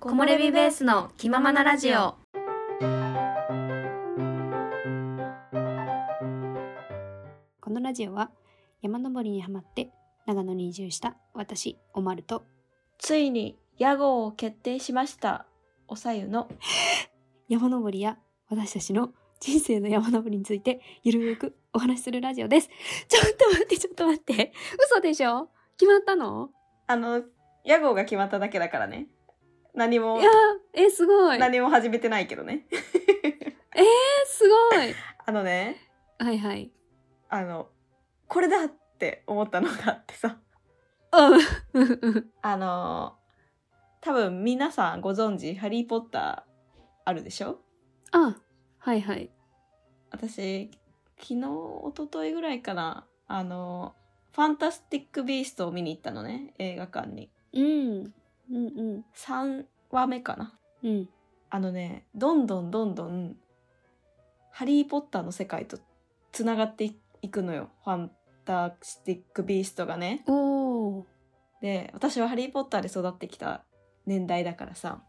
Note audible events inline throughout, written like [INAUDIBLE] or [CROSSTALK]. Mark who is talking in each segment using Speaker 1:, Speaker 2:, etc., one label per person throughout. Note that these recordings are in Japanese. Speaker 1: 木漏れ日ベースの気ままなラジオ。
Speaker 2: このラジオは山登りにはまって長野に移住した私おまると
Speaker 3: ついに屋号を決定しましたおさゆの
Speaker 2: 山登りや私たちの人生の山登りについてゆるーくお話しするラジオですちょっと待ってちょっと待って嘘でしょ決まったの
Speaker 3: あの屋号が決まっただけだからね何
Speaker 2: い
Speaker 3: も
Speaker 2: やーえすごいえー、
Speaker 3: 何も始めてないけどね
Speaker 2: すごい
Speaker 3: あのね
Speaker 2: はいはい
Speaker 3: あのこれだって思ったのがあってさ
Speaker 2: うんうんうん
Speaker 3: あの多分皆さんご存知ハリー・ポッター」あるでしょ
Speaker 2: あはいはい
Speaker 3: 私昨日一昨日ぐらいかなあの「ファンタスティック・ビースト」を見に行ったのね映画館に
Speaker 2: うんうんうん
Speaker 3: 3話目かな
Speaker 2: うん
Speaker 3: あのねどんどんどんどん「ハリー・ポッター」の世界とつながっていくのよファンタスティック・ビーストがね。
Speaker 2: おお
Speaker 3: で私は「ハリー・ポッター」で育ってきた年代だからさ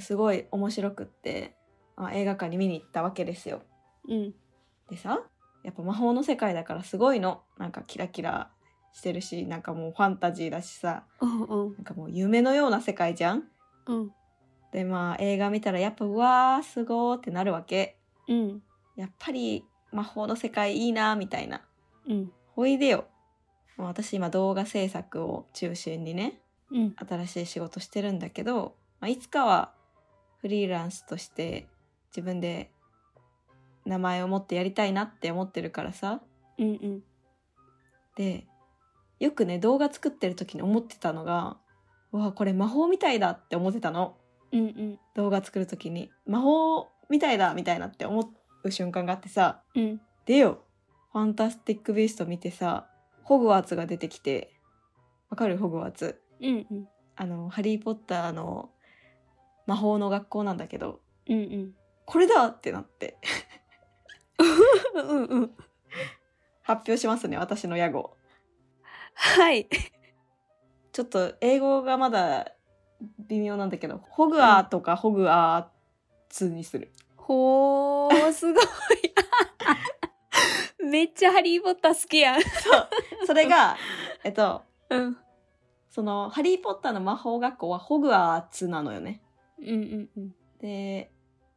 Speaker 3: すごい面白くってあ映画館に見に行ったわけですよ。
Speaker 2: うん
Speaker 3: でさやっぱ魔法の世界だからすごいのなんかキラキラしてるしなんかもうファンタジーだしさ
Speaker 2: うんうん
Speaker 3: なんかもう夢のような世界じゃん
Speaker 2: うん
Speaker 3: でまあ映画見たらやっぱうわーすごーってなるわけ
Speaker 2: うん
Speaker 3: やっぱり魔法の世界いいなーみたいな
Speaker 2: うん
Speaker 3: ほいでよまあ私今動画制作を中心にね
Speaker 2: うん
Speaker 3: 新しい仕事してるんだけど、まあ、いつかはフリーランスとして自分で名前を持ってやりたいなって思ってるからさ
Speaker 2: うんうん
Speaker 3: でよくね動画作ってる時に思ってたのがうわこれ魔法みたいだって思ってたの
Speaker 2: うんうん
Speaker 3: 動画作る時に魔法みたいだみたいなって思う瞬間があってさ
Speaker 2: うん
Speaker 3: でよ「ファンタスティック・ビースト」見てさホグワーツが出てきてわかるホグワーツ
Speaker 2: うんうん
Speaker 3: あの「ハリー・ポッター」の魔法の学校なんだけど
Speaker 2: うんうん
Speaker 3: これだってなって
Speaker 2: うんうん。
Speaker 3: 発表しますね私の屋号
Speaker 2: はい。
Speaker 3: ちょっと英語がまだ微妙なんだけどホグアーとかホグアーツにする、
Speaker 2: ほー、すごい。めっちゃハリーポッター好きやん。
Speaker 3: それがえっと
Speaker 2: うん。
Speaker 3: その「ハリー・ポッター」の魔法学校はホグアーツなのよね
Speaker 2: うんうんうん。
Speaker 3: で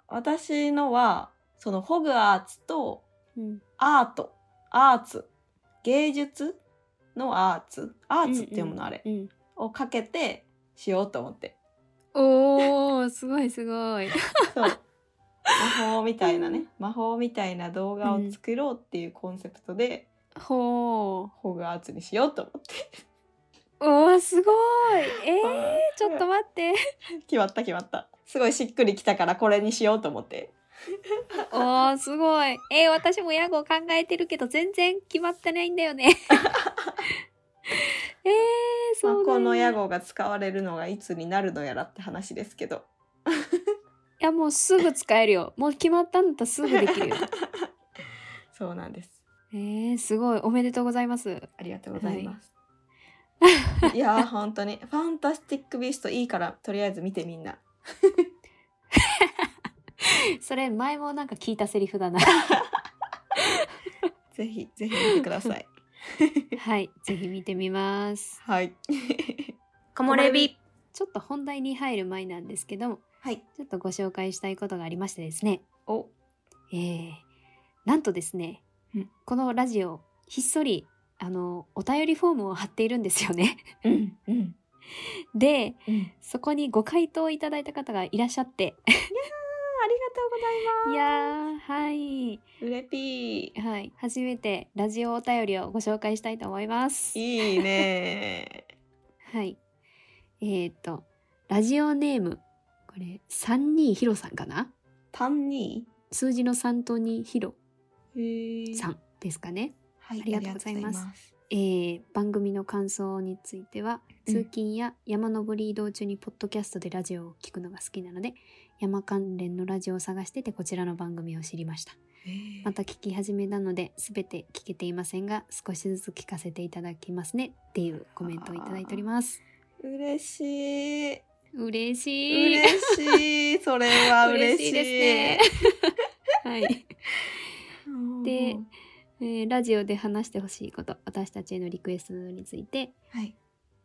Speaker 3: 私のはそのホグアーツと
Speaker 2: うん、
Speaker 3: アートアーツ芸術のアーツアーツって読むのあれ、
Speaker 2: うん、
Speaker 3: をかけてしようと思
Speaker 2: [LAUGHS]
Speaker 3: って
Speaker 2: おーすごいすごい
Speaker 3: そう魔法みたいなね魔法みたいな動画を作ろうっていうコンセプトで、
Speaker 2: ほー
Speaker 3: ホグアーツにしようと思って
Speaker 2: おーすごいえー、ちょっと待って
Speaker 3: 決まった決まったすごいしっくりきたからこれにしようと思って
Speaker 2: おーすごいえー、私も屋号考えてるけど全然決まってないんだよね [LAUGHS] えー、
Speaker 3: まあ
Speaker 2: そう
Speaker 3: こ
Speaker 2: なんや
Speaker 3: の屋号が使われるのがいつになるのやらって話ですけど
Speaker 2: いやもうすぐ使えるよもう決まったんだったらすぐで
Speaker 3: [LAUGHS]
Speaker 2: きるよ
Speaker 3: そうなんです
Speaker 2: えー、すごいおめでとうございます
Speaker 3: ありがとうございます、い、やー本当に「ファンタスティック・ビースト」いいからとりあえず見てみんな
Speaker 2: それ前もなんか聞いたセリフだ
Speaker 3: [LAUGHS]
Speaker 2: な
Speaker 3: ぜひぜひ見てくださ
Speaker 2: [LAUGHS]
Speaker 3: い
Speaker 2: はいぜひ見てみます
Speaker 3: はい
Speaker 1: 木漏れ日。
Speaker 2: ちょっと本題に入る前なんですけど
Speaker 3: はい
Speaker 2: ちょっとご紹介したいことがありましてですね
Speaker 3: お
Speaker 2: えー、なんとですね、
Speaker 3: うん
Speaker 2: このラジオひっそりあのお便りフォームを貼っているんですよね [LAUGHS]
Speaker 3: うんうん
Speaker 2: で
Speaker 3: うん
Speaker 2: そこにご回答いただいた方がいらっしゃって
Speaker 3: ありがとうございます
Speaker 2: いやーはい
Speaker 3: ウレピー
Speaker 2: はい初めてラジオお便りをご紹介したいと思います
Speaker 3: いい
Speaker 2: [LAUGHS]
Speaker 3: ね
Speaker 2: はい。えー、っと、ラジオネーム。これ、三二ひろさんかな
Speaker 3: タンニ
Speaker 2: 数字の三と二ひろ
Speaker 3: ー
Speaker 2: さんですかね。
Speaker 3: はい
Speaker 2: ありがとうございま
Speaker 3: あ
Speaker 2: す
Speaker 3: りがとうござす
Speaker 2: えー番組の感想については、
Speaker 3: うん
Speaker 2: 通勤や山登り移動中にポッドキャストでラジオを聞くのが好きなので、山関連のラジオを探しててこちらの番組を知りました。また聞き始めたので、すべて聞けていませんが、少しずつ聞かせていただきますねっていうコメントをいただいております。
Speaker 3: 嬉しい。
Speaker 2: 嬉しい。
Speaker 3: 嬉しい。それは [LAUGHS] 嬉しい。
Speaker 2: ですね。 [LAUGHS] はい。
Speaker 3: うん
Speaker 2: でえーラジオで話してほしいこと、私たちへのリクエストなどについて、
Speaker 3: はい。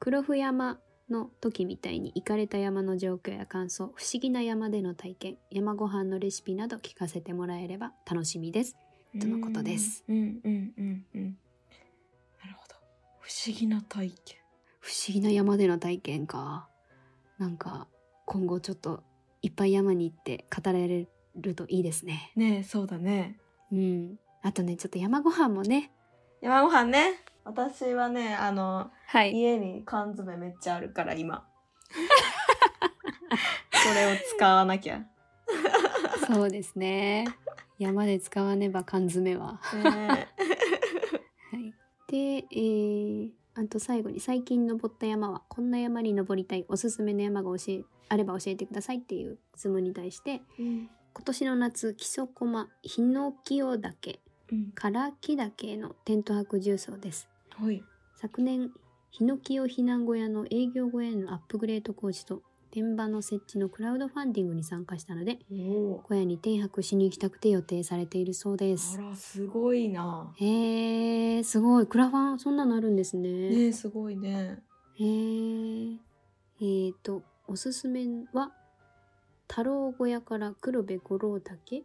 Speaker 2: 黒布山の時みたいに行かれた山の状況や感想不思議な山での体験山ご飯のレシピなど聞かせてもらえれば楽しみですとのことです
Speaker 3: うん。うんうんうんうん。なるほど。不思議な体験。
Speaker 2: 不思議な山での体験かなんか今後ちょっといっぱい山に行って語られるといいですね
Speaker 3: ねえ、そうだね。
Speaker 2: うんあとねちょっと山ご飯もね
Speaker 3: 山ご飯ね。私はね、あの、
Speaker 2: は
Speaker 3: 家に缶詰めっちゃあるから、 [LAUGHS] 今。それを使わなきゃ。ね
Speaker 2: そうですね山で使わねば缶詰は
Speaker 3: え
Speaker 2: はい、で、えーあと最後に最近登った山はこんな山に登りたいおすすめの山が教えあれば教えてくださいっていう質問に対して
Speaker 3: うん
Speaker 2: 今年の夏木曽駒ヒノキオ岳
Speaker 3: うん。
Speaker 2: 唐木岳のテント泊重曹です
Speaker 3: ほい。
Speaker 2: 昨年ヒノキオ避難小屋の営業小屋へのアップグレード工事と天場の設置のクラウドファンディングに参加したので
Speaker 3: おお。
Speaker 2: 小屋に転泊しに行きたくて予定されているそうです
Speaker 3: あら、すごいな。
Speaker 2: へーすごいクラファンそんなのあるんですね
Speaker 3: ねえ、すごいね。
Speaker 2: へえ。えーと、おすすめは、太郎小屋から黒部五郎岳、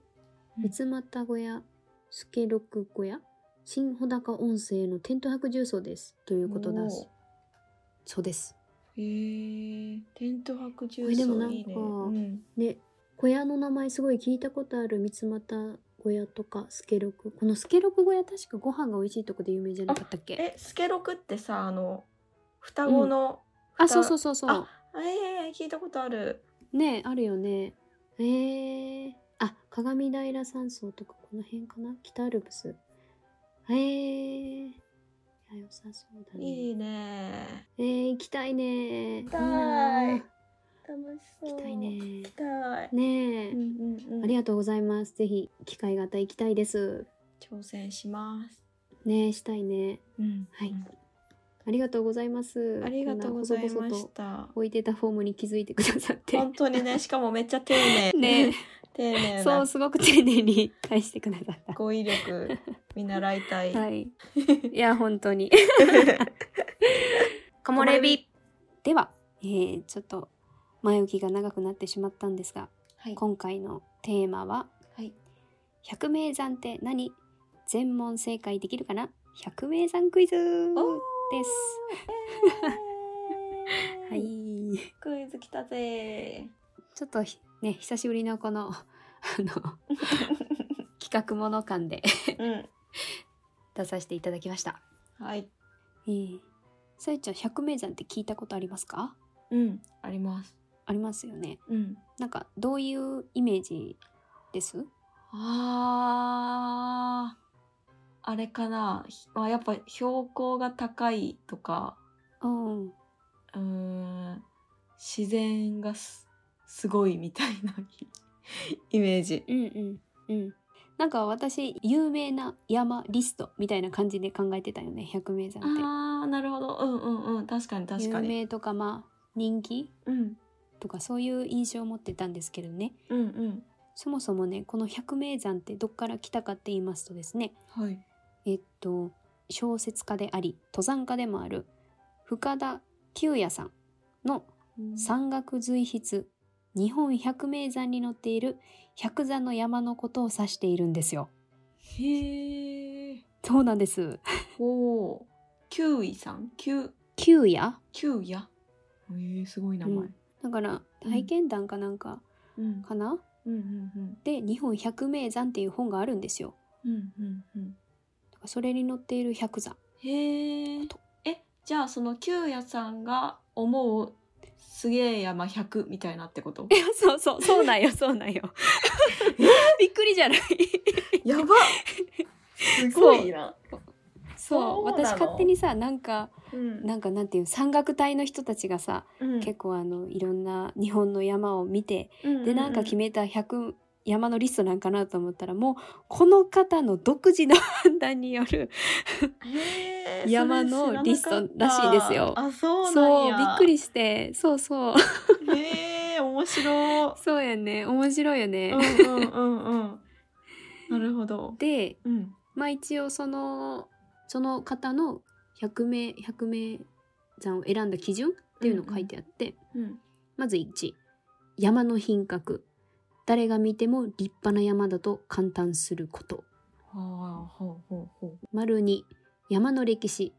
Speaker 3: うん
Speaker 2: 三俣小屋、助六小屋、新穂高温泉へのテント泊重曹です。ということだ
Speaker 3: おー
Speaker 2: そうです。
Speaker 3: へえテント泊重
Speaker 2: これでもな
Speaker 3: 曹
Speaker 2: んか
Speaker 3: いいね。うん
Speaker 2: で、小屋の名前すごい聞いたことある三俣小屋とか助六。この助六小屋確かご飯が美味しいとこで有名じゃなかったっけ
Speaker 3: え、スケロクってさ、あの、双子の、
Speaker 2: あ、そうそうそうそう。
Speaker 3: あええ聞いたことある。
Speaker 2: ねえあるよねえー、あ鏡平山荘とかこの辺かな北アルプスえー、いや良さそうだね
Speaker 3: いいね。
Speaker 2: えー、行きたいね行
Speaker 3: きたい楽しそう。
Speaker 2: 行きたい。ね
Speaker 3: 行きたい。
Speaker 2: ねえ、
Speaker 3: んうん
Speaker 2: ありがとうございますぜひ機会があったら行きたいです
Speaker 3: 挑戦します。
Speaker 2: ねえしたいね
Speaker 3: うん
Speaker 2: はいありがとうございます
Speaker 3: ありがとうござい
Speaker 2: こんな
Speaker 3: ま
Speaker 2: こそ
Speaker 3: し
Speaker 2: こそと
Speaker 3: た。
Speaker 2: 置いてたフォームに気づいてくださって
Speaker 3: 本当に
Speaker 2: [LAUGHS]
Speaker 3: ね、しかもめっちゃ丁寧。
Speaker 2: ね
Speaker 3: 丁寧
Speaker 2: [LAUGHS] そう
Speaker 3: な
Speaker 2: すごく丁寧に返してくださった
Speaker 3: 語彙力見習いたい。
Speaker 2: はい。いや、本当に。
Speaker 1: 木漏れ日。
Speaker 2: では、えーちょっと前置きが長くなってしまったんですが、
Speaker 3: はい
Speaker 2: 今回のテーマは、
Speaker 3: はい
Speaker 2: 百名山って何全問正解できるかな百名山クイズです。
Speaker 3: は。
Speaker 2: はいい。
Speaker 3: クイズ来たぜ。
Speaker 2: ちょっとひね、久しぶりのこの、あの、企画もの感で
Speaker 3: うん。
Speaker 2: 出させていただきました。
Speaker 3: はい。
Speaker 2: えー、さゆちゃん、百名山って聞いたことありますか
Speaker 3: うん。あります。
Speaker 2: ありますよね。
Speaker 3: うん。
Speaker 2: なんかどういうイメージです
Speaker 3: あーあれかな、ひまあ、やっぱ標高が高いとか
Speaker 2: うん。
Speaker 3: うーん自然がすすごいみたいな [LAUGHS] イメージ
Speaker 2: うんうんうん。なんか私有名な山リストみたいな感じで考えてたよね百名山って。
Speaker 3: あーなるほどうんうんうん確かに確
Speaker 2: 有
Speaker 3: かに、
Speaker 2: 名とかまあ人気
Speaker 3: うん、
Speaker 2: とかそういう印象を持ってたんですけどね
Speaker 3: うんうん
Speaker 2: そもそもねこの百名山ってどっから来たかって言いますとですね
Speaker 3: はい
Speaker 2: えっと小説家であり登山家でもある深田久也さんの山岳随筆日本百名山に載っている百座の山のことを指しているんですよ
Speaker 3: へえ
Speaker 2: そうなんです
Speaker 3: おおキウイさんキュ
Speaker 2: 旧夜
Speaker 3: キュウヤえー、すごい名前、
Speaker 2: うんだから体験談かなんか
Speaker 3: うん
Speaker 2: かな、
Speaker 3: うんうん
Speaker 2: で日本百名山っていう本があるんですよ
Speaker 3: うんうんうんうん
Speaker 2: だからそれに載っている百座
Speaker 3: へえ
Speaker 2: と。
Speaker 3: え、じゃあその久也さんが思うすげえ山100みたいなってこと
Speaker 2: いや [LAUGHS] そうそうそうなんよそうなんよ [LAUGHS] びっくりじゃ [LAUGHS] ない
Speaker 3: やばす
Speaker 2: ごい
Speaker 3: な。
Speaker 2: そう
Speaker 3: そうなの
Speaker 2: 私勝手にさなんか
Speaker 3: うん
Speaker 2: なんかなんていう山岳隊の人たちがさ、
Speaker 3: うん
Speaker 2: 結構あのいろんな日本の山を見てでなんか決めた100山のリストなんかなと思ったらもうこの方の独自の判断による
Speaker 3: へー
Speaker 2: 山のリストらしいですよ
Speaker 3: それ知らなかったあ、そう
Speaker 2: そう
Speaker 3: なんや。
Speaker 2: びっくりしてそうそう [LAUGHS]
Speaker 3: り。へえ、面白い。
Speaker 2: そうやね面白いよね。
Speaker 3: うんうんうんうん。なるほど。
Speaker 2: で
Speaker 3: うん。
Speaker 2: まあ一応そのその方の100名100名山を選んだ基準っていうのが書いてあって、
Speaker 3: うん。
Speaker 2: まず1山の品格誰が見ても立派な山だと感嘆すること
Speaker 3: はあ、ほうほうほ
Speaker 2: 丸2山の歴史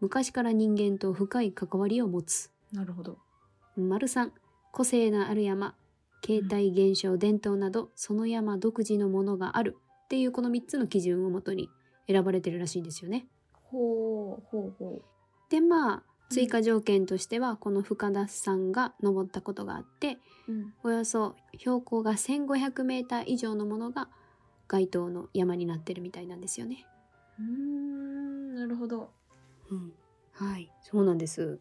Speaker 2: 昔から人間と深い関わりを持つ
Speaker 3: う。なるほど。
Speaker 2: 丸3個性のある山形態現象伝統などその山独自のものがあるっていうこの3つの基準をもとに選ばれてるらしいんですよね。
Speaker 3: ほうほうほう。
Speaker 2: でまあ
Speaker 3: うん
Speaker 2: 追加条件としてはこの深田さんが登ったことがあって
Speaker 3: うん。
Speaker 2: およそ標高が 1500m 以上のものが該当の山になってるみたいなんですよね。
Speaker 3: うーん、なるほど。
Speaker 2: うん、はいそうなんです。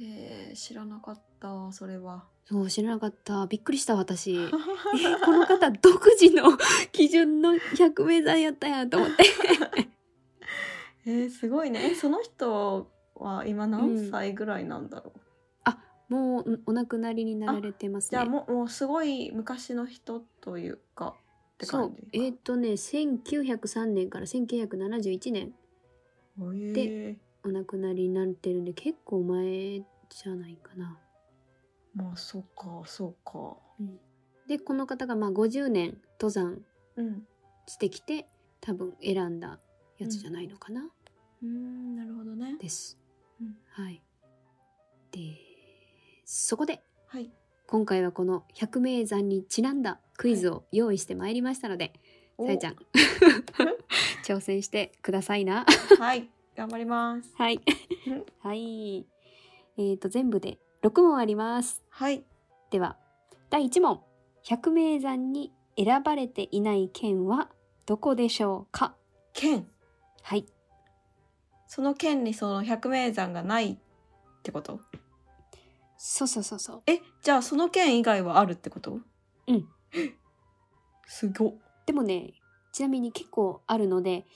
Speaker 3: へえ、知らなかった、それは。
Speaker 2: そう知らなかったびっくりした私 [LAUGHS] え
Speaker 3: え
Speaker 2: この方独自の基準の100名山やったんやと思って
Speaker 3: えー、すごいね。えその人は今
Speaker 2: うん
Speaker 3: 何歳ぐらいなんだろう。
Speaker 2: もうお亡くなりになられてます
Speaker 3: じ
Speaker 2: ね
Speaker 3: ゃあもうもうすごい昔の人というかって
Speaker 2: そ
Speaker 3: 感
Speaker 2: う
Speaker 3: じか。
Speaker 2: えーっ、とね1903年から1971年
Speaker 3: ほえー
Speaker 2: お亡くなりになってるんで結構前じゃないかな。
Speaker 3: まあそうかそうか。
Speaker 2: でこの方がまあ50年登山
Speaker 3: うん。
Speaker 2: してきて多分選んだやつじゃないのかな、
Speaker 3: うんなるほどね。
Speaker 2: です。
Speaker 3: うん
Speaker 2: はい。でそこで
Speaker 3: はい。
Speaker 2: 今回はこの百名山にちなんだクイズを用意してまいりましたので、さ
Speaker 3: [LAUGHS]
Speaker 2: やちゃん挑戦してくださいな。
Speaker 3: お。はい頑張ります。
Speaker 2: はい。はい。えっ、と全部で6問あります。
Speaker 3: はい。
Speaker 2: では第1問百名山に選ばれていない県はどこでしょうか
Speaker 3: 県
Speaker 2: はい
Speaker 3: その県にその百名山がないってこと。
Speaker 2: そうそうそうそう
Speaker 3: えじゃあその県以外はあるってこと？
Speaker 2: うん。
Speaker 3: すごっ。
Speaker 2: でもねちなみに結構あるので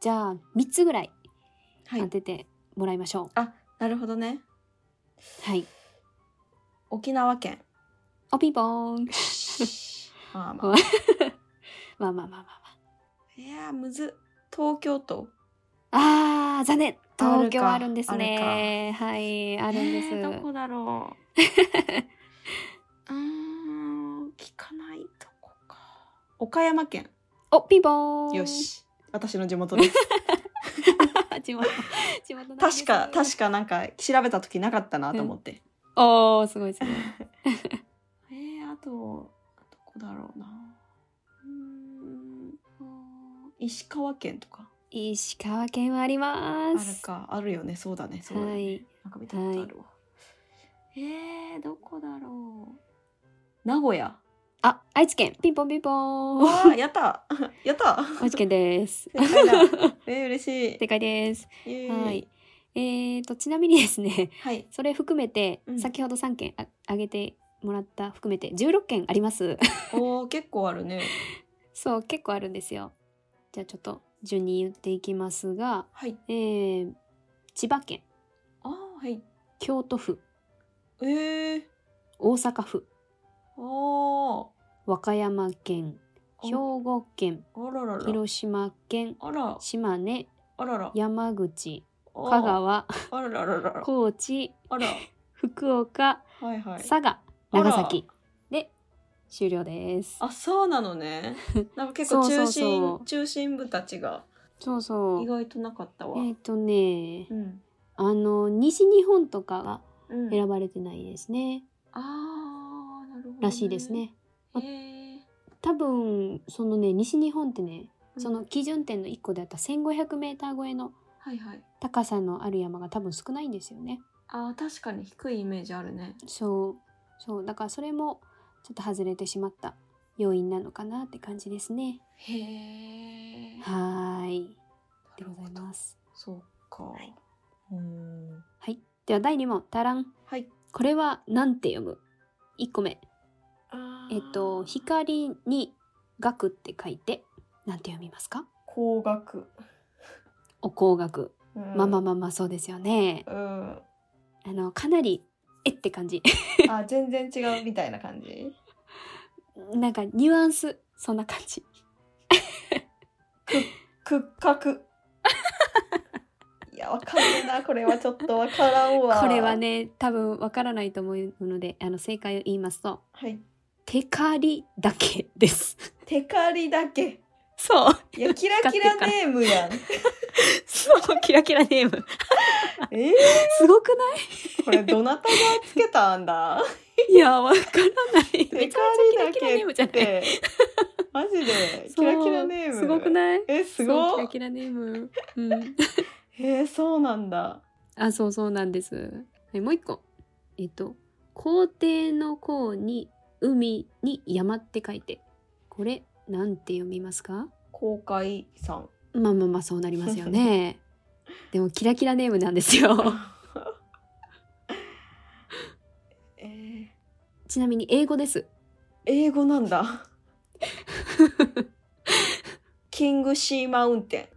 Speaker 2: じゃあ3つぐらい
Speaker 3: は
Speaker 2: 当
Speaker 3: い。
Speaker 2: ててもらいましょう
Speaker 3: あなるほどね。
Speaker 2: はい
Speaker 3: 沖縄県。
Speaker 2: おピンポーン
Speaker 3: まあまあ
Speaker 2: お。 [LAUGHS] まあまあまあま
Speaker 3: いやーむずっ東京都
Speaker 2: あまああー残念東
Speaker 3: ある
Speaker 2: 京
Speaker 3: か
Speaker 2: あるんですねはいあるんです、
Speaker 3: えーどこだ [LAUGHS] ろううーん聞かないとこか岡山県
Speaker 2: おピンポーン
Speaker 3: よし私の地元 [LAUGHS] です
Speaker 2: [LAUGHS] 地元地元なんです
Speaker 3: 確か確かなんか調べた時なかったなと思って、
Speaker 2: おーすごいすごい
Speaker 3: えー、あとどこだろうなうーんうーん石川県とか
Speaker 2: 石川県はあり
Speaker 3: あ
Speaker 2: ま
Speaker 3: る
Speaker 2: す
Speaker 3: かあるよねそうだねそうだね、
Speaker 2: はい
Speaker 3: なんか見たことあるわ、えー、どこだろう名古屋
Speaker 2: あ、愛知県、ピンポンピンポーン。
Speaker 3: わあ、やった。 [LAUGHS] やった。
Speaker 2: [LAUGHS] 愛知県です。
Speaker 3: 正解
Speaker 2: [LAUGHS]
Speaker 3: だ。えー、嬉し
Speaker 2: 正解です。
Speaker 3: い。イエーイ
Speaker 2: はい。。えーと、ちなみにですね、 [LAUGHS]
Speaker 3: はい。
Speaker 2: それ含めて、
Speaker 3: うん
Speaker 2: 先ほど3件あ挙げてもらった含めて16件あります。 [LAUGHS]
Speaker 3: おお、結構あるね。
Speaker 2: そう、結構あるんですよ。じゃあちょっと順に言っていきますが、
Speaker 3: はい。
Speaker 2: えー、千葉県、
Speaker 3: あー、はい。
Speaker 2: 京都府、
Speaker 3: ええー。
Speaker 2: 大阪府、
Speaker 3: おお。
Speaker 2: 和歌山県、兵庫県、
Speaker 3: あららら。
Speaker 2: 広島県、
Speaker 3: あら。
Speaker 2: 島根、
Speaker 3: あらら。
Speaker 2: 山口、
Speaker 3: おー
Speaker 2: 香。川、
Speaker 3: あららららら。
Speaker 2: 高知、
Speaker 3: あら。
Speaker 2: 福岡、
Speaker 3: はいはい。
Speaker 2: 佐賀、
Speaker 3: あら
Speaker 2: 長崎で終了です。
Speaker 3: あ、そうなの
Speaker 2: [LAUGHS]
Speaker 3: ね。なんか結構中心
Speaker 2: そうそうそう
Speaker 3: 中心部たちが
Speaker 2: そうそ
Speaker 3: 意
Speaker 2: う。
Speaker 3: 外となかったわ。
Speaker 2: えっ、とね
Speaker 3: う、ん。
Speaker 2: あの西日本とかが
Speaker 3: うん。
Speaker 2: 選ばれてないですね、
Speaker 3: ああ、なるほど、
Speaker 2: らしいです。ね。
Speaker 3: へえ。
Speaker 2: 多分そのね西日本ってね、
Speaker 3: うん
Speaker 2: その基準点の1個であった1500メーター超えの
Speaker 3: はいはい。
Speaker 2: 高さのある山が多分少ないんですよね。
Speaker 3: ああ、確かに低いイメージあるね。
Speaker 2: そうそうだからそれもちょっと外れてしまった要因なのかなって感じですね。
Speaker 3: へえ。
Speaker 2: はーいで
Speaker 3: なる
Speaker 2: ご
Speaker 3: ほ
Speaker 2: ざい
Speaker 3: ど。
Speaker 2: ます。
Speaker 3: そうか。
Speaker 1: いう
Speaker 3: ーん。
Speaker 2: はいでは第2問タラン
Speaker 3: はい。
Speaker 2: これはなんて読む ?1 個目。
Speaker 3: あ
Speaker 2: えっと、光に学って書いて、なんて読みますか
Speaker 3: 高額、
Speaker 2: お光学。
Speaker 3: うん
Speaker 2: まあまあまあまあ、そうですよね。
Speaker 3: うん
Speaker 2: あの、かなり、えって感じ。 [LAUGHS]
Speaker 3: あ全然違うみたいな感じ
Speaker 2: なんか、ニュアンス、そんな感じ。
Speaker 3: 屈角いやわかんないなこれはちょっとわからんわ
Speaker 2: これはね、多分わからないと思うので、あの、正解を言いますと、
Speaker 3: はい
Speaker 2: テカリだけです。
Speaker 3: テカリだけ
Speaker 2: そう。
Speaker 3: い
Speaker 2: [LAUGHS]
Speaker 3: やキラキラネームやん
Speaker 2: そう、キラキラネーム。
Speaker 3: えー、
Speaker 2: すごくな
Speaker 3: これどなたがつけたんだ
Speaker 2: いいや、わからない。 [LAUGHS]
Speaker 3: テ
Speaker 2: めち
Speaker 3: カ
Speaker 2: ゃめちゃキ
Speaker 3: リだ
Speaker 2: ラキラ
Speaker 3: け
Speaker 2: ネームじゃ
Speaker 3: っ
Speaker 2: ない。
Speaker 3: てマジで
Speaker 2: そ
Speaker 3: キ
Speaker 2: う
Speaker 3: ラキラネーム
Speaker 2: すごくない
Speaker 3: えすご
Speaker 2: そう
Speaker 3: い
Speaker 2: キラキラネーム。うん。
Speaker 3: えー、そうなんだ
Speaker 2: あ、そうそうなんです。はい、もう一個。えっと、皇帝の皇に海に山って書いて。これ、なんて読みますか
Speaker 3: 公開さ [LAUGHS] ん
Speaker 2: まあまあまあ、そうなりますよ [LAUGHS] ね。でも、キラキラネームなんです [LAUGHS] よ。
Speaker 3: えー、
Speaker 2: ちなみに、英語です。
Speaker 3: 英語なん [LAUGHS] だキングシーマウンテ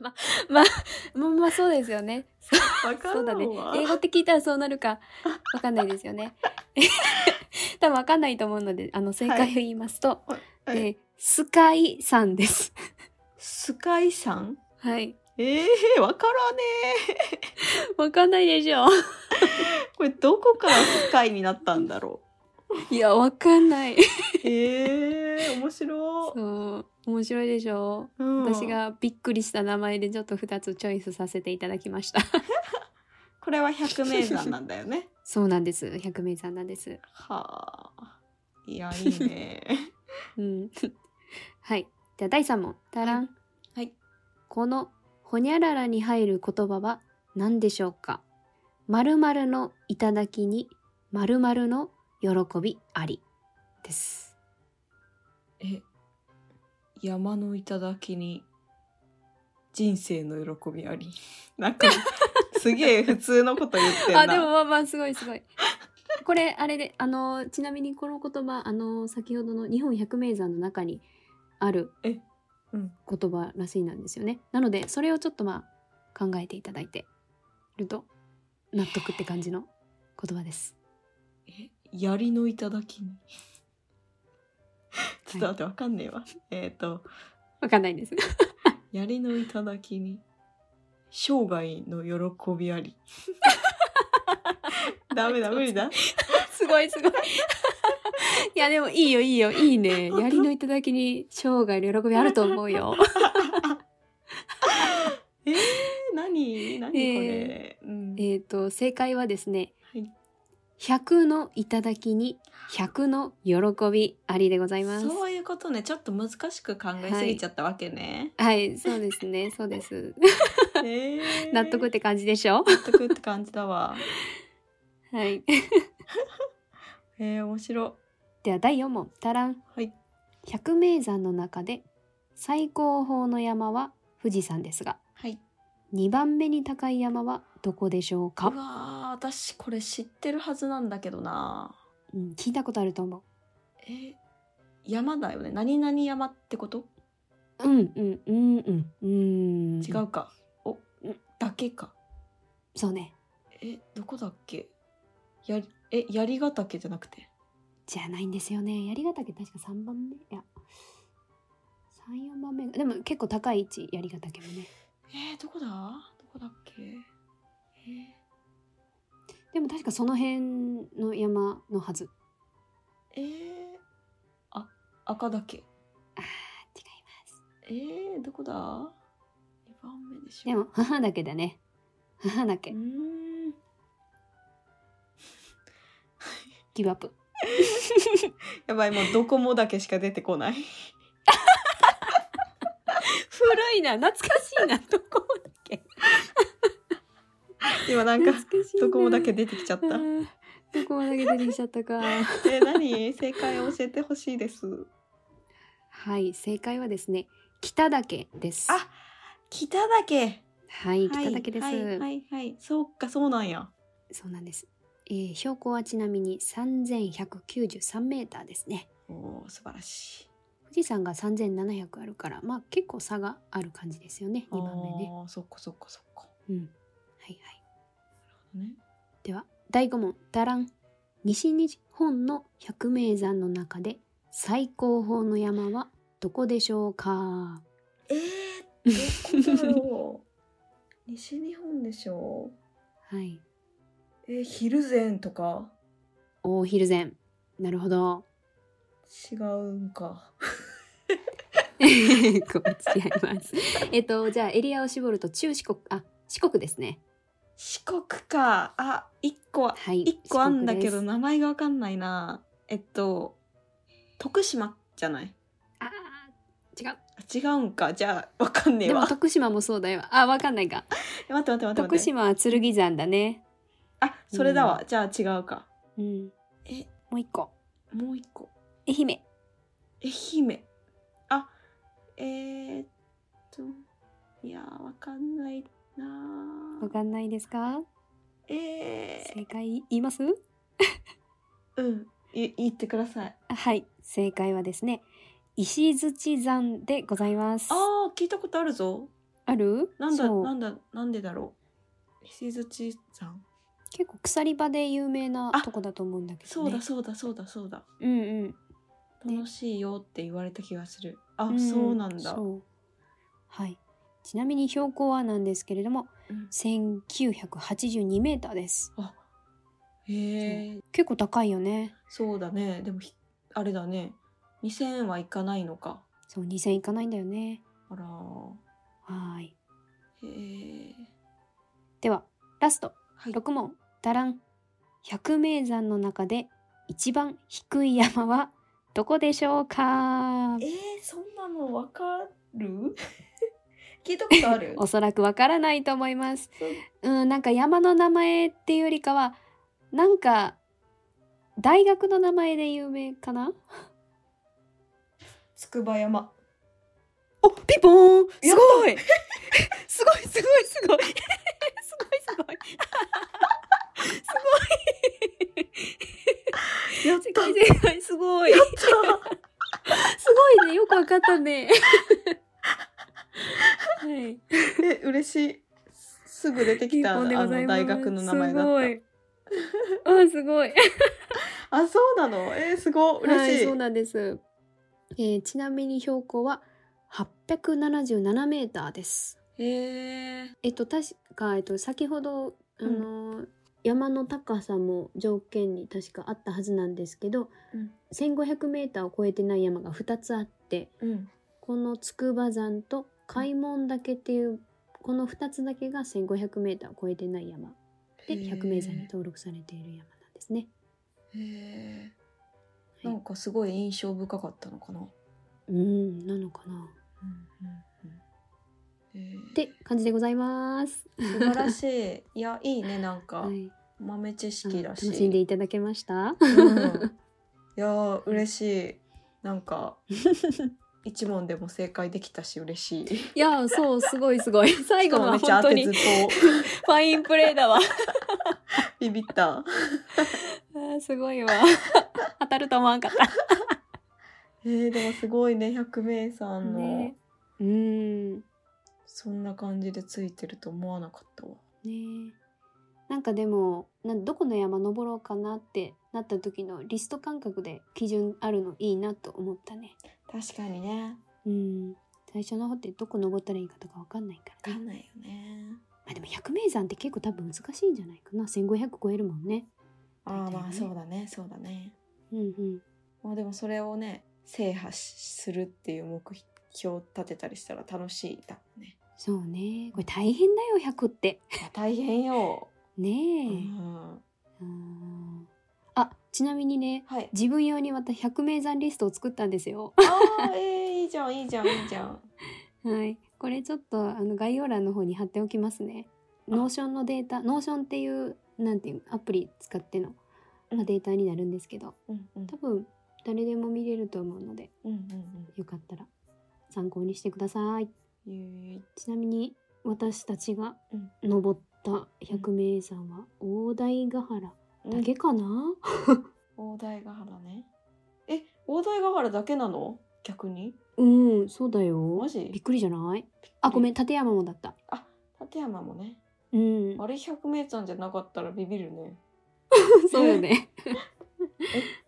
Speaker 2: まあまあ、そうですよ
Speaker 3: ン
Speaker 2: ね。
Speaker 3: わか
Speaker 2: そうだね。 [LAUGHS] 英
Speaker 3: 英
Speaker 2: 語って聞いたらそうなるかわかんないですよね。 [LAUGHS] 多分わかんないと思うので、あの正解を言いますと、
Speaker 3: はいはい
Speaker 2: えースカイさんです。
Speaker 3: スカイさん
Speaker 2: はい。
Speaker 3: えー、わからね
Speaker 2: わかんないでしょ。
Speaker 3: えこれどこからスカイになったんだろ [LAUGHS]
Speaker 2: いや、わかんない。
Speaker 3: うえー、面白い
Speaker 2: そう。面白いでしょ。
Speaker 3: うん
Speaker 2: 私がびっくりした名前でちょっと2つチョイスさせていただきました。
Speaker 3: これは百名山なんだよ [LAUGHS] ね
Speaker 2: そうなんです。百名山なんです。
Speaker 3: はあいやいいね [LAUGHS]
Speaker 2: うん。 [LAUGHS] はい。じゃあ第3問。たらん。
Speaker 3: はい
Speaker 2: このほにゃららに入る言葉は何でしょうか〇〇の頂きに〇〇の喜びありです。
Speaker 3: え山の頂に人生の喜び
Speaker 2: [LAUGHS]
Speaker 3: ありなんかすげえ普通のこと言ってんな
Speaker 2: [LAUGHS] あ、でもまあまあすごいすごい。これあれで、あの、ちなみにこの言葉、あの、先ほどの日本百名山の中にある
Speaker 3: えうん
Speaker 2: 言葉らしいなんですよね。なので、それをちょっとまあ考えていただいてると納得って感じの言葉です。
Speaker 3: え槍の頂にちょっと待ってわかんねえわ、えっ、と
Speaker 2: わかんないです。
Speaker 3: 槍の頂に生涯の喜びあ
Speaker 2: [LAUGHS]
Speaker 3: りダメだ無理だ
Speaker 2: すごいすごい。 [LAUGHS] いやでもいいよいいよいいね。槍の頂きに生涯の喜びあると思う [LAUGHS] よ。
Speaker 3: えー、何何これ、うん
Speaker 2: えっと正解はですね。
Speaker 3: はい
Speaker 2: 100の頂きに100の喜びありでございます。
Speaker 3: そういうことねちょっと難しく考えすぎちゃったわけね、
Speaker 2: はい、そうですね、そう [LAUGHS] です。
Speaker 3: えー
Speaker 2: 納得って感じでしょ
Speaker 3: 納得って感じだわ
Speaker 2: はい。
Speaker 3: えー、面白
Speaker 2: では第4問、タラン。
Speaker 3: はい
Speaker 2: 百名山の中で最高峰の山は富士山ですが、
Speaker 3: はい
Speaker 2: 2番目に高い山はどこでしょう
Speaker 3: うわ
Speaker 2: か、
Speaker 3: ー私これ知ってるはずなんだけどな
Speaker 2: うん、聞いたことあると思う。
Speaker 3: えー山だよね何々山ってこと
Speaker 2: うんうんうんうんうん
Speaker 3: 違うか、お
Speaker 2: うん
Speaker 3: だけか
Speaker 2: そうね
Speaker 3: えどこだっけやえ槍ヶ岳じゃなくて
Speaker 2: じゃないんですよね槍ヶ岳確か3番目いや34番目でも結構高い位置槍ヶ岳もね
Speaker 3: えー、どこだどこだっけえ
Speaker 2: でも確かその辺の山のはず
Speaker 3: ー、えー、あ赤岳
Speaker 2: あー違います
Speaker 3: えー、どこだ ?2 番目でしょ。
Speaker 2: でも母だけだね母だ
Speaker 3: うー
Speaker 2: け
Speaker 3: ん。
Speaker 2: ギブアップ
Speaker 3: やばい、もうどこもだけしか出てこ [LAUGHS] ない。
Speaker 2: 古いな懐かしいなどこだけ
Speaker 3: 今なんか、どこもだけ出てきち [LAUGHS] ゃっ
Speaker 2: あ
Speaker 3: た。
Speaker 2: ー [LAUGHS] どこもだけ出てきちゃったか
Speaker 3: えー、何正解教えてほしいです。
Speaker 2: はい正解はですね北岳です
Speaker 3: あ北岳
Speaker 2: はい北岳です、
Speaker 3: はい、はい、はい。そうか、そうなんや。
Speaker 2: そうなんです。ええー標高はちなみに3193メーターですね。
Speaker 3: おー素晴らしい
Speaker 2: 富士山が3700あるから、まあ結構差がある感じですよね。2番目ね。
Speaker 3: あーそっかそっかそっか
Speaker 2: うん。はいはい。
Speaker 3: ね
Speaker 2: では第5問ダラン西日本の百名山の中で最高峰の山はどこでしょうか
Speaker 3: えー、どこだろ [LAUGHS] う西日本でしょ
Speaker 2: はい
Speaker 3: えー、ヒルゼンとか
Speaker 2: 大蒜山なるほど [LAUGHS]
Speaker 3: 違うんか
Speaker 2: こう違いますえっとじゃあエリアを絞ると中四国あ四国ですね
Speaker 3: 四国かあ一個は
Speaker 2: はい
Speaker 3: 一個あんだけど
Speaker 2: 四国です
Speaker 3: 名前がわかんないなえっと徳島じゃない
Speaker 2: あー違う
Speaker 3: あ違うんかじゃあわかんねえ
Speaker 2: で
Speaker 3: わ
Speaker 2: も徳島もそうだよあわかんないか
Speaker 3: え待って待って待って
Speaker 2: 徳
Speaker 3: 待って
Speaker 2: 島は剣山だね
Speaker 3: あそれだわ、じゃあ違うか
Speaker 2: うん
Speaker 3: え
Speaker 2: もう一個
Speaker 3: もう一個
Speaker 2: 愛媛
Speaker 3: 愛媛あえー、っといやーわかんないな
Speaker 2: わかんないですか
Speaker 3: ーえー
Speaker 2: 正解言います
Speaker 3: うんい言ってください
Speaker 2: はい、正解はですね、石槌山でございます。あ
Speaker 3: あー聞いたことあるぞ
Speaker 2: る
Speaker 3: なんだ
Speaker 2: そう
Speaker 3: なんだなんでだろう石槌山
Speaker 2: 結構鎖場で有名な
Speaker 3: あ
Speaker 2: とこだと思うんだけど、ね。
Speaker 3: そうだそうだそうだそうだ
Speaker 2: うんうん。ね
Speaker 3: 楽しいよって言われた気がするあ、
Speaker 2: ん
Speaker 3: そうなんだ
Speaker 2: そうはい。ちなみに標高はなんですけれども、
Speaker 3: うん
Speaker 2: 1982メーターです。
Speaker 3: へえ
Speaker 2: 結構高いよね。
Speaker 3: そうだねでもひあれだね2000はいかないのか
Speaker 2: そう、2000いかないんだよね。
Speaker 3: あら
Speaker 2: はーい。
Speaker 3: ーへえ
Speaker 2: では、ラスト
Speaker 3: はい
Speaker 2: 6問。ダラン。百名山の中で一番低い山は [LAUGHS] どこでしょうか
Speaker 3: えー、そんなのわかる [LAUGHS] 聞いたことあ
Speaker 2: [LAUGHS]
Speaker 3: る
Speaker 2: おそらくわからないと思います。うん、なんか山の名前っていうよりかは、なんか大学の名前で有名かな。
Speaker 3: つくば山
Speaker 2: お、ピポー
Speaker 3: す
Speaker 2: ン、ごい。すごい、すごい、 [LAUGHS] すごい。すごい、すごい。
Speaker 3: やっ
Speaker 2: 世
Speaker 3: た
Speaker 2: 界世界 [LAUGHS] すごい。すごいね、よくわかっ
Speaker 3: [LAUGHS]
Speaker 2: たね。はい。
Speaker 3: [LAUGHS] え嬉しいすすぐ出てきたあ
Speaker 2: ピンポンでござい
Speaker 3: の
Speaker 2: ます
Speaker 3: 大学の名前だ
Speaker 2: す
Speaker 3: っ
Speaker 2: ごい。 [LAUGHS] あ、
Speaker 3: [LAUGHS]
Speaker 2: すごい。
Speaker 3: たあそうなのえー、すごい
Speaker 2: は
Speaker 3: 嬉し
Speaker 2: い、
Speaker 3: い、
Speaker 2: そうなんです、えーちなみに標高は877メーターです
Speaker 3: へえ
Speaker 2: えっと確か、えっと、先ほど、あのー山の高さも条件に確かあったはずなんですけど、
Speaker 3: うん
Speaker 2: 1500メーターを超えてない山が2つあって
Speaker 3: うん
Speaker 2: この筑波山と開門岳っていうこの2つだけが1500メーターを超えてない山で百名山に登録されている山なんですね。
Speaker 3: へえ
Speaker 2: は
Speaker 3: ないんかすごい印象深かったのかな。
Speaker 2: うんなのかなっ
Speaker 3: で
Speaker 2: て感じでございます。
Speaker 3: 素晴らしい。いやいいねなんか、
Speaker 2: はい
Speaker 3: 豆知識だし。
Speaker 2: 楽しんでいただけました
Speaker 3: うんいやー嬉しい。なんか一問でも正解できたし嬉しい。
Speaker 2: [LAUGHS] いやそうすごいす [LAUGHS] ごい最
Speaker 3: しか
Speaker 2: 後
Speaker 3: もめ
Speaker 2: は
Speaker 3: っちゃ
Speaker 2: 本
Speaker 3: 当て
Speaker 2: 当に
Speaker 3: ず
Speaker 2: フ
Speaker 3: っ
Speaker 2: ァインプレーだわ [LAUGHS]
Speaker 3: とビビった。
Speaker 2: あーすごいわ [LAUGHS] 当たると思わんかった
Speaker 3: えー、でもすごいね百名さんの、
Speaker 2: ねうんね
Speaker 3: そんな感じでついてると思わなかったわ。
Speaker 2: なんかでもなんどこの山登ろうかなってなった時のリスト感覚で基準あるのいいなと思ったね
Speaker 3: 確かにね。
Speaker 2: うん最初の方ってどこ登ったらいいかとかわかんないからね、
Speaker 3: んないよね。
Speaker 2: まあ、でも百名山って結構多分難しいんじゃないかな1500超えるもんね
Speaker 3: ああまあ
Speaker 2: そうだよね
Speaker 3: そうだねそうだね。
Speaker 2: うんうん
Speaker 3: まあでもそれをね制覇しするっていう目標を立てたりしたら楽しいだろうね。
Speaker 2: そうねこれ大変だよ100って
Speaker 3: あ大変よ。う
Speaker 2: ねえ、
Speaker 3: ん、
Speaker 2: うんあちなみにね [LAUGHS]
Speaker 3: はい。
Speaker 2: 自分用にまた百名山リストを作ったんですよ
Speaker 3: あーえー、いいじゃんいいじゃんいいじゃん。
Speaker 2: はいこれちょっとあの概要欄の方に貼っておきますねノーションのデータノーションっていうなんていうアプリ使っての、まあ、データになるんですけど
Speaker 3: うんうん
Speaker 2: 多分誰でも見れると思うので
Speaker 3: うんうん
Speaker 2: よかったら参考にしてください
Speaker 3: うん。ゆい
Speaker 2: ちなみに私たちが
Speaker 3: うん
Speaker 2: 登った百名山は大台ヶ原だけかな
Speaker 3: 大台ヶ原ねえ大台ヶ原だけなの逆に
Speaker 2: うんそうだよ
Speaker 3: マジ
Speaker 2: びっくりじゃないあごめん立山もだった
Speaker 3: 立山もね
Speaker 2: うん
Speaker 3: あれ百名山じゃなかったらビビるね
Speaker 2: [LAUGHS] そうよね
Speaker 3: え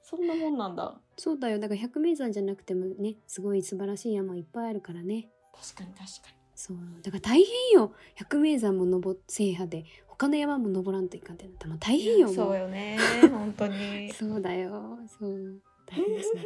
Speaker 3: そんなもんなんだ
Speaker 2: そうだよだから百名山じゃなくてもねすごい素晴らしい山いっぱいあるからね
Speaker 3: 確かに確かに
Speaker 2: そうだから大変よ百名山も登っ制覇で他の山も登らんといかんってなったらもう大変よもう
Speaker 3: そうよね本当に
Speaker 2: そうだよそう大変 [LAUGHS] ですね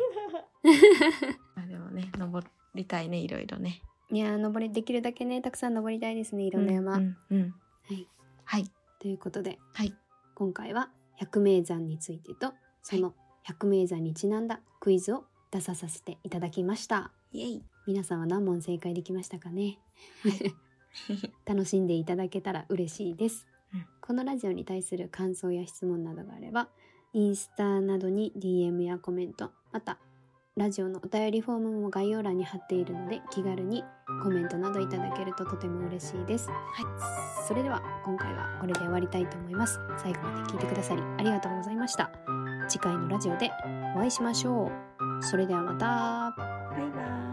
Speaker 3: あでもね登りたいねいろいろね
Speaker 2: いやー登りできるだけねたくさん登りたいですねいろんな山、
Speaker 3: うんうんうん
Speaker 2: はい
Speaker 3: はい
Speaker 2: ということで、
Speaker 3: はい
Speaker 2: 今回は百名山についてとその百名山にちなんだクイズを出ささせていただきました
Speaker 3: イエイ
Speaker 2: 皆さんは何問正解できましたかね、
Speaker 3: は
Speaker 2: [LAUGHS]
Speaker 3: [LAUGHS]
Speaker 2: 楽しんでいただけたら嬉しいです、
Speaker 3: うん
Speaker 2: このラジオに対する感想や質問などがあればインスタなどに DM やコメントまたラジオのお便りフォームも概要欄に貼っているので気軽にコメントなどいただけるととても嬉しいですはいそれでは今回はこれで終わりたいと思います最後まで聞いてくださりありがとうございました次回のラジオでお会いしましょうそれではまた
Speaker 3: バイバイ